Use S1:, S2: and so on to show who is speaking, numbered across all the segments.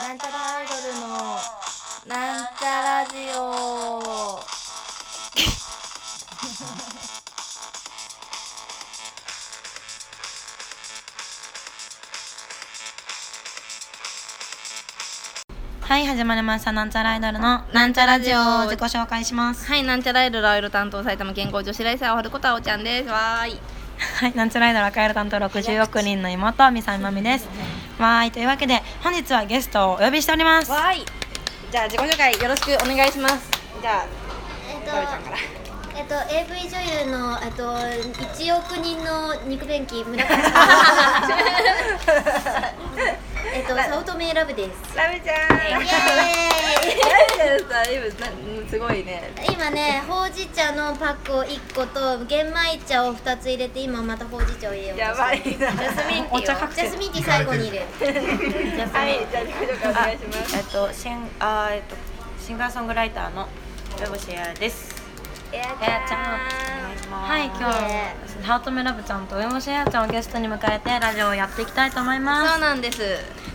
S1: なんちゃらアイドルのなんちゃラジオ
S2: はい始まりましたなんちゃらアイドルのなんちゃラジオ自己紹介します
S1: はいなんちゃらアイドルアイドル担当埼玉健康女子大生ははることあおちゃんですわーい
S2: はいなんちゃらアイドル赤色担当60億人の妹みさみまみですわーいというわけで本日はゲストをお呼びしております
S1: わーいじゃあ自己紹介よろしくお願いしますじゃあ
S3: えっと
S1: かぶちゃんから
S3: えっと、AV 女優の、えっと、1億人の肉便器村 上さんえっと、早乙女ラブです
S1: ラブちゃん
S3: イ
S1: ラ
S3: エ
S1: ブちゃんさ今なすごいね
S3: ーイ今ね、ほうじ茶のパックを1個と玄米茶を2つ入れて今またほうじ茶を入れようとして
S1: やばいな
S3: ジャスミンティーを
S2: お茶覚
S3: ジ
S2: 醒
S3: ャスミンティー最後に入れる
S1: はいじゃあ自己紹介お願いします
S2: えっとシンあえっとシンガーソングライターのラブシェアです
S1: エア
S2: エアちゃんお願いしますはい今日はハートメラブちゃんと上本シェアちゃんをゲストに迎えてラジオをやっていきたいと思います
S1: そうなんです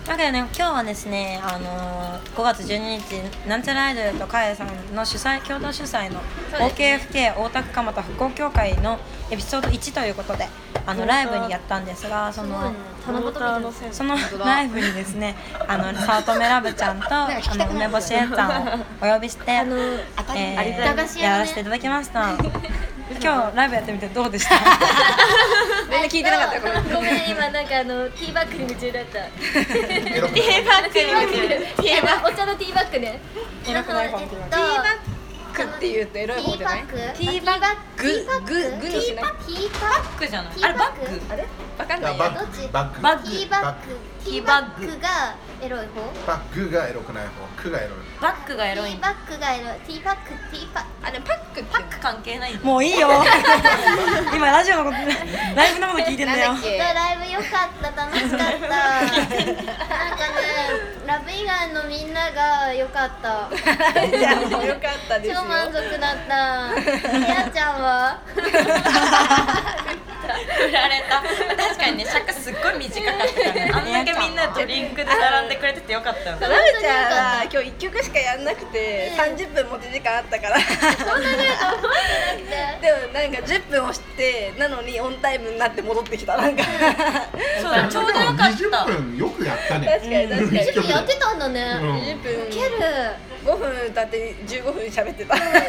S2: だけどね今日はですね、あのー、5月12日なんちゃらアイドルとかえさんの主催共同主催の
S1: そうですね
S2: OKFK 大田区蒲田復興協会のエピソード1ということであのライブにやったんですがその。
S3: 卵とみたいな
S2: そのライブにですね、あのサートメラブちゃんとあの梅干しえんちゃんをお呼びして、あのえ
S3: 駄菓子
S2: ー、
S3: 屋のね
S2: やらせていただきま した。今日ライブやってみてどうでした？
S1: 全然聞いてなかったごめん
S3: ごめん、今なんかあの、ティーバッグに夢中だった
S1: ティーバッグに夢中ティーバ
S3: お茶のティーバッグね。ティーバッグ
S2: かもしれない
S1: ッグって言うとエロい方じゃない
S3: ティーバッグ。ティーバッグ。
S1: ググのしない
S3: ティーバッ
S2: ックじゃない
S3: あれバッグ
S2: あれ？
S1: わかんない
S4: あ
S1: よ
S4: バ
S3: どっ
S4: ッ
S3: ち
S4: グバッグ
S2: バッ
S3: グ。テ
S2: グ
S3: ィーバッグ。ティーバッグがエロい方。
S4: バッグがエロくない方クがエロい
S2: バックが
S3: ティーバッグがエロい。ティーバッグ。ティーバッグ。
S1: あでもパックってパック関係ないんだ
S2: もういいよ 今ラジオのことライブのこと聞いてんだよ
S1: なんだっけ
S3: ライブ良かった楽しかったなんかねラブ以外のみんなが良かった
S1: よかったですよ
S3: 超満足だったやちゃんは
S5: 振られた確かにね尺すっごい短かったからねあんだけみんなドリンクで並んでくれててよかったよね
S1: ラブちゃんは今日1曲しかやんなくて30分持ち時間あったから でもなんか10分押してなのにオンタイムになって戻ってきたなんか
S5: そうだちょうどよかった
S4: 20分よくやった
S1: 確か
S4: ね
S1: に確かに
S3: 20分やってたんだね、
S4: うん
S1: 20分
S3: ウケる
S1: 5分歌って15分喋ってた
S3: そんな喋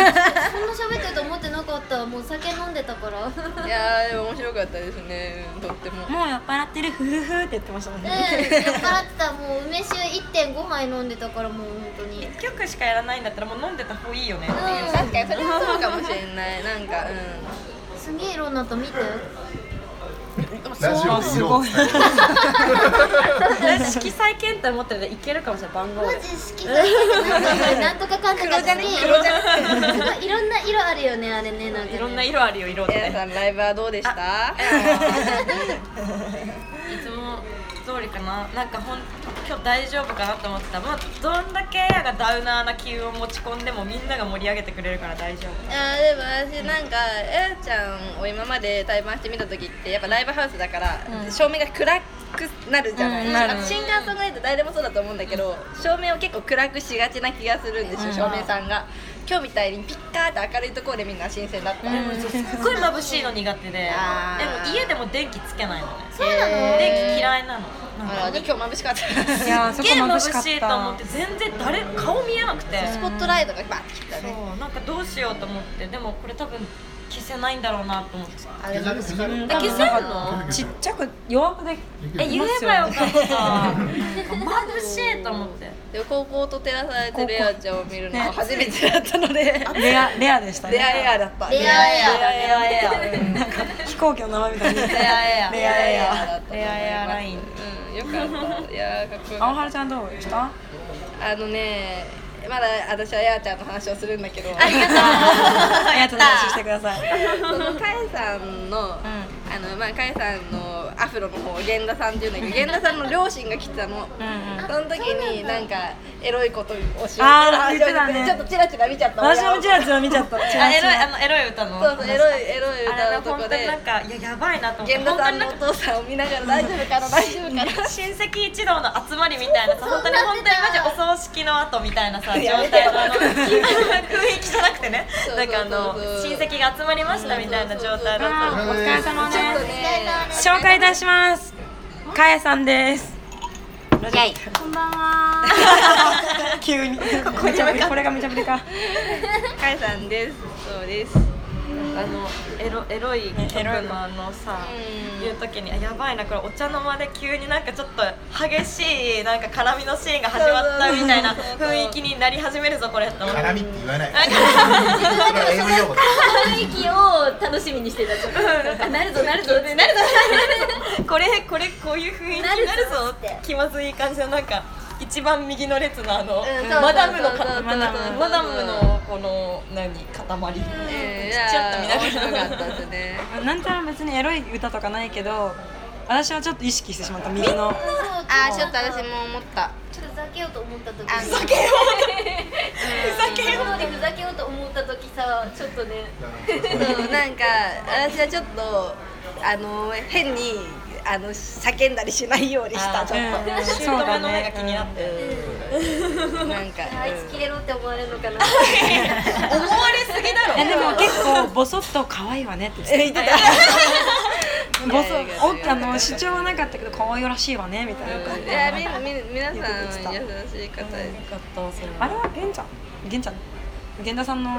S3: ってると思ってなかったもう酒飲んでた から
S1: いやーでも面白かったですねとっても
S2: もう酔っ払ってるふふふって言ってましたもん
S3: うん、
S2: ね
S3: 酔っ払ってたもう梅酒1.5杯飲んでたからもう本当に
S5: 1曲しかやらないんだったらもう飲んでた方がいいよねっていう
S1: 確かにそれはそうかもしれないなんかう
S3: すげえ色になった見て
S4: ラジオで色 を伝える
S2: 色彩検体持ってるでいけるかもしれない番号
S3: マジ好きだけどなんとかかんとかって
S1: 黒じゃね
S3: すごいいろんな色あるよねあれねなんかね
S5: いろんな色あるよ色っ
S1: ん皆
S5: て
S1: さんライブはどうでした
S5: いつも通りかななんかほん今日大丈夫かなと思ってたもうどんだけエアがダウナーな気運を持ち込んでもみんなが盛り上げてくれるから大丈夫
S1: いやでも私なんかエアちゃんを今まで対バンしてみた時ってやっぱライブハウスだから、照明が暗くなるじゃない、
S2: うんなる
S1: あシンガーソングライター誰でもそうだと思うんだけど照明を結構暗くしがちな気がするんですよ、照明さんが今日みたいにピッカーって明るいところでみんな新鮮だった、
S5: すっごい眩しいの苦手でで
S1: あー
S5: も家でも電気つけないのね
S3: そうなの
S1: え
S5: 電気嫌いなのなんか
S1: あーじゃあ今日眩しかった
S2: いやーそ
S5: す
S2: こ
S5: げえ眩
S2: 眩
S5: し
S2: しかった
S5: いと思って全然誰顔見えなくて
S1: スポットライトがバッてきたね
S5: そうなんかどうしようと思ってでもこれ多分消せないんだろうなと思ってた
S1: あれ
S4: 消せる
S2: うん
S5: え
S2: 多分
S5: 消せん
S2: なん
S4: の
S2: かちっちゃく弱くで
S5: え言えばよかった眩しいと思って
S1: で高校と照らされてるエアちゃんを見るのは初めてだったので
S2: レアレアでした
S1: レア
S2: ね
S1: エアだった
S3: レアエア
S5: レアエアレ
S2: 飛行機の名前みたいに
S5: アエア
S2: レアエア
S5: レアエアライン
S1: うん、よかった。いやー、かっこよか
S2: 青
S1: っ
S2: 春ちゃんどうでした
S1: た。あのね、まだ私はやーちゃんの話をするんだけど。
S2: ありがとうございますしてください
S1: そのかえさんの、ああのまあかえさんのアフロの方源田さんっていうんだけど源田さんの両親が来てたの。
S2: うんうん
S1: その時になんかエロいことをしようって
S2: あー
S1: 話をして
S2: 言ってたね
S1: ちょっとチラチラ見ちゃった
S2: 私もち
S1: ラ
S2: らちら見ちゃった。チ
S5: あ
S2: ラチ
S5: エロい
S2: ラ
S5: あのエロい歌の
S1: そうそうエロいエロい
S5: あれは
S1: 歌のと
S5: 本
S1: こ
S5: 当になん
S1: で
S5: かいややばいなと思って
S1: 源田さんのお
S5: 本当になんか
S1: 父さんを見ながら大丈夫かな大丈夫かな
S5: 親戚一同の集まりみたいなさ本当に本当にマジお葬式の後みたいなさ状
S1: やめて
S5: 態のあ の雰囲気じゃなくてね
S1: そう
S5: なんかあの
S1: そうそうそう
S5: 親戚が集まりましたみたいな状態だっ
S2: あ
S5: た
S2: ーお疲れ様
S1: ちょっと
S2: です。
S1: ね
S2: 紹介いたします。かえさんです。
S3: こんばんは。
S2: 急に。これがこれがめちゃぶりか。
S1: かえさんですそうです
S5: あのエロエロい曲のあのさ
S1: うん
S5: 言う時にあやばいなこれお茶の間で急になんかちょっと激しいなんか絡みのシーンが始まったみたいな
S1: そうそうそうそう
S5: 雰囲気になり始めるぞこれと思って
S4: 絡みって言わない。それは英語 用語だ。
S6: 雰囲気を楽しみにしてたちょっとあなるぞなるぞなるぞ
S5: これこれこういう雰囲気になるぞって気まずい感じのなんか一番右の列のあの
S1: うんそう
S5: マダムの
S1: そうそうそ
S5: か
S1: う
S5: マダムマダムのこの何塊
S1: え
S5: ち
S1: ち
S5: ょっと見ながら
S1: 面白かったですね
S2: なんちゃら別にエロい歌とかないけど、私はちょっと意識してしまった右の。
S1: あーちょっと私も思った
S3: ちょっとふざけようと思った時に。
S1: あの
S6: ふざけようでふざけようと思った時さちょっとね
S1: そうなんか私はちょっとあの変にあの叫んだりしないようにした
S5: あー
S1: ちょっ
S2: うん
S5: シュート目の目が気になって、
S1: となんか
S6: あいつ消えろって思われるのかな
S5: 思われすぎだろ
S2: えでも結構ボソッと可愛いわねって言って
S1: え言って た
S2: た。ボソおあの主張はなかったけど可愛いらしいわねみたい
S1: い
S2: な。
S1: やみみ皆さん優しい方
S5: か
S1: で
S5: ったそれ
S2: あれはげんちゃん、げんちゃん、源田さんの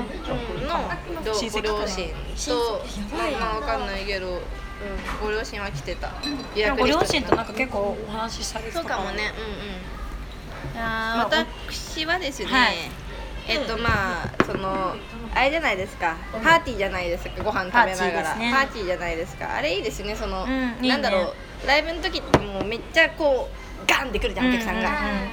S1: のどう
S2: 親戚
S1: ご
S2: とか
S1: 両親とまあわかんないけど、うん、ご両親は来てた予約
S2: ご
S1: リス
S2: 両
S1: ト
S2: 親となんか結構お話しされてた
S1: そうかもね。うんうんいやー私はですね、
S2: はい
S1: えっとまあそのあれじゃないですかパーティーじゃないですかご飯食べながらパ
S2: パーティーで
S1: ー
S2: すね
S1: ティーじゃないですかあれいいですねその、
S2: うんいいね
S1: なんだろうライブの時ってもうめっちゃこうガンってくるじゃん、お客さ
S2: う
S1: んが、
S2: んうんうん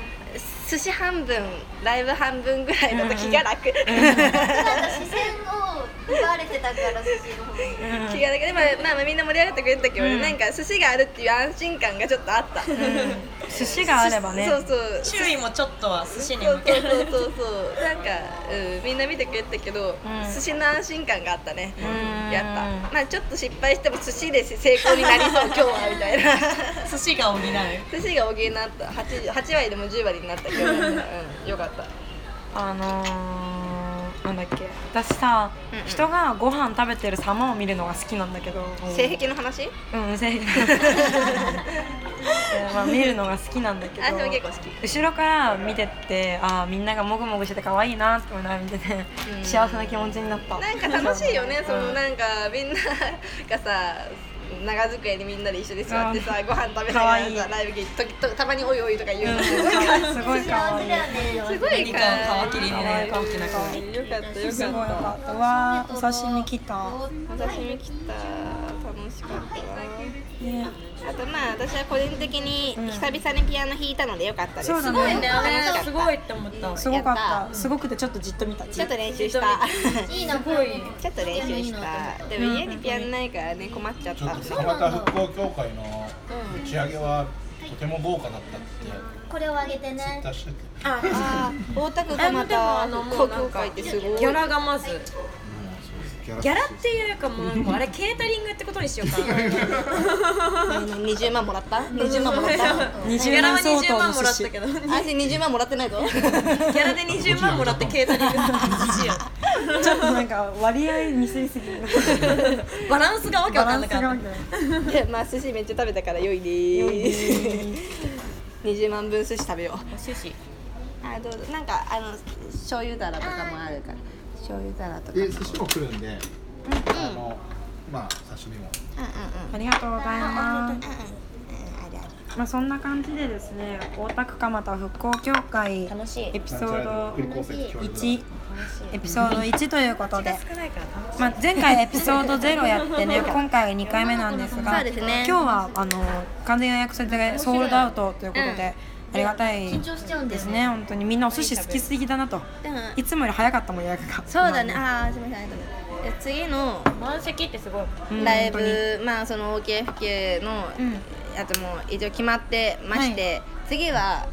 S1: 寿司半分ライブ半分ぐらいの時が楽、
S3: なんか視線を奪われてたから寿司の方に。
S1: 気がだけで、まあ、まあまあみんな盛り上がってくれたけど、
S2: うん
S1: なんか寿司があるっていう安心感がちょっとあった、
S2: 寿司があればね。
S1: そうそう
S5: 注意もちょっとは寿司に
S1: そう
S5: 向け
S1: そう
S5: る
S1: そうそうそうなんか、うん、みんな見てくれてたけ
S2: う
S1: ど、
S2: ん
S1: 寿司の安心感があったね、
S2: うん
S1: やったまあちょっと失敗しても寿司で成功になりそう今日はみたいな
S5: 寿司が補う
S1: 寿司が大きになった 8, 8割でも10割になった今日だったうんよかった
S2: あのー、なんだっけ私さ、
S1: うんうん
S2: 人がご飯食べてる様を見るのが好きなんだけど
S1: 性癖の話
S2: うん性癖まあ見るのが好きなんだけど
S1: 私も結構好き
S2: 後ろから見てってあーみんながもぐもぐしてて可愛いなって思いながら見てて
S1: うん
S2: 幸せな気持ちになった
S1: なんか楽しいよねその
S2: うん
S1: なんかみんながさ長机にみんなで一緒に座ってさご飯食べながらさ
S2: か
S1: ライブ聞いて時とたまにおいおいとか言うのす
S2: すごい
S3: 幸
S2: 可愛
S3: せ
S2: い
S3: だよね。
S1: ごい
S5: 何かを皮切りにね
S2: 可愛い
S5: 大きな声に
S1: よかったよ
S2: すごいよ
S1: かった
S2: かったわーお刺身来た
S1: お刺身来た楽しかったな
S2: ね
S1: あとまあ私は個人的に久々にピアノ弾いたのでよかったです、
S2: そうだ
S5: すごいね
S2: ね
S5: あれすごいって思った
S2: すごか
S1: や
S2: っ
S1: った
S2: すごくてちょっとじっと見た
S1: ちょっと練習した
S3: いいな、すごい。
S1: ちょっと練習したでも家にピアノないからね困っちゃっ
S7: ちょ
S1: た
S7: っと蒲田復興協会の打ち上げはとても豪華だったってツイ
S3: これをあげてね
S7: ッタ。ーしてて
S1: あー大田区がまた公共会ってすごい
S5: ギャラがまず
S4: ギャ
S5: ギャラっていうかもう なんかあれケータリングってことにしようかな
S1: 20万もらった20万もらった
S2: 20
S5: ギャラは
S2: 年相
S5: 20
S2: 当の
S5: 万も
S2: 寿
S5: らっ
S2: 司
S5: たけど
S1: 私20万もらってないぞ
S5: ギャラで20万もらってケータリングしてよ
S2: ちょっとなんか割合ミスりすぎる。
S5: バランスがわけわかんなかった
S1: い やまあ寿司めっちゃ食べたから良いでーす20万分寿司食べよう
S5: 寿司
S1: あどうぞなんかあの醤油皿とかもあるから醤油皿とか
S7: で寿司も来るんで、あのまあ刺身も
S2: ありがとうございま
S1: うんうんあるある
S2: す。まあそんな感じでですね、大田区蒲田復興協会
S3: 楽しい。
S2: エピソ
S7: なんちゃら
S2: ー
S7: の
S2: ド
S7: 福利厚生協力
S2: 1エピソード1ということで、まあ、前回エピソード0やって ね今回が2回目なんですが
S1: そうですね
S2: 今日はあの完全予約制でソールドアウトということで、ありがたい
S3: 緊張しちゃうんだ
S2: で
S3: よ
S2: す
S3: ね。
S2: ね本当にみんなお寿司好きすぎだなと
S1: うん
S2: いつもより早かったもん予約が
S1: そうだねあーすみませんありがとうございまで次の
S5: 満席ってすごい
S2: うん
S1: ライ
S2: 本当に
S1: ブ、まあその OKFK の
S2: うん
S1: やつも一応決まってまして、次は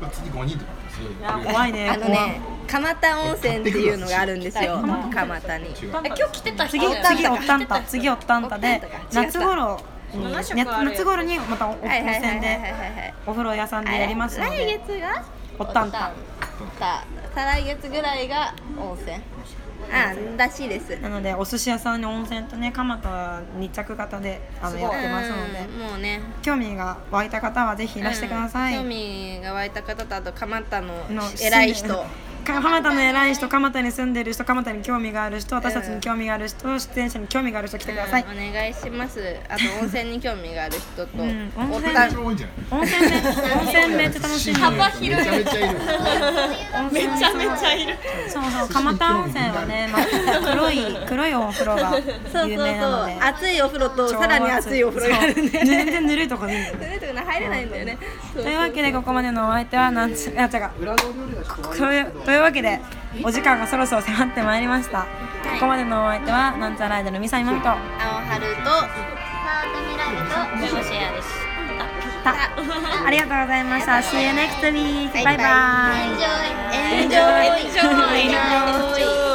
S4: まあ次5人とかもすごい
S2: いや怖いね
S1: あのね蒲田温泉っていうのがあるんですよ蒲田に
S4: 違う
S5: え今日来てた人
S2: 次次おったんた次おったんた
S1: おっ
S2: で
S1: たんたか
S2: 夏頃に
S5: 違った
S2: ね
S5: 七色ある
S2: 夏頃にまたお温
S1: はいはいはい
S2: 泉
S1: はい
S2: で
S1: はいはい
S2: お風呂屋さんで
S1: あ
S2: や
S1: れ
S2: りますの
S1: 来
S2: で
S1: 月が
S2: おったんた
S1: さ再来月ぐらいが温泉あらしいです
S2: なのでお寿司屋さんに温泉とね蒲田二着型であのやってますので
S1: うんもうね
S2: 興味が湧いた方はぜひいらしてください、
S1: うん興味が湧いた方とあと蒲田の
S2: の
S1: 偉い人
S2: 住んで 蒲田の偉い人蒲田に住んでる人蒲田に興味がある人私たちに興味がある人、出演者に興味がある人来てください、
S1: お願いしますあと温泉に興味がある人と、
S2: うん
S1: おっ
S2: 温
S1: た
S4: 一番多いんじゃない
S2: 温泉ね温泉めっちゃ楽 しいよ
S4: 幅広いめちゃめちゃいる
S2: めちゃめちゃいるそうそう蒲田温泉はね、まあ、黒い黒いお風呂
S1: そ
S2: が
S1: うそ
S2: 有
S1: うそう
S2: 名なので
S1: 熱いお風呂とさらに熱いお風呂があるんで
S2: そう全然ぬるいとこでいいんだよ
S1: それとね入れないんだよねそう
S2: というわけでここまでのお相手はなんつあ違う
S4: 裏の料理がちょっと
S2: というというわけでお時間がそろそろ迫ってまいりました、ここまでのお相手はなんちゃらアイドルみさみまみと
S1: 青春と
S3: サードミライと
S2: たありがとうございました See you next week バイバイ
S3: enjoy
S1: Enjoy. Enjoy.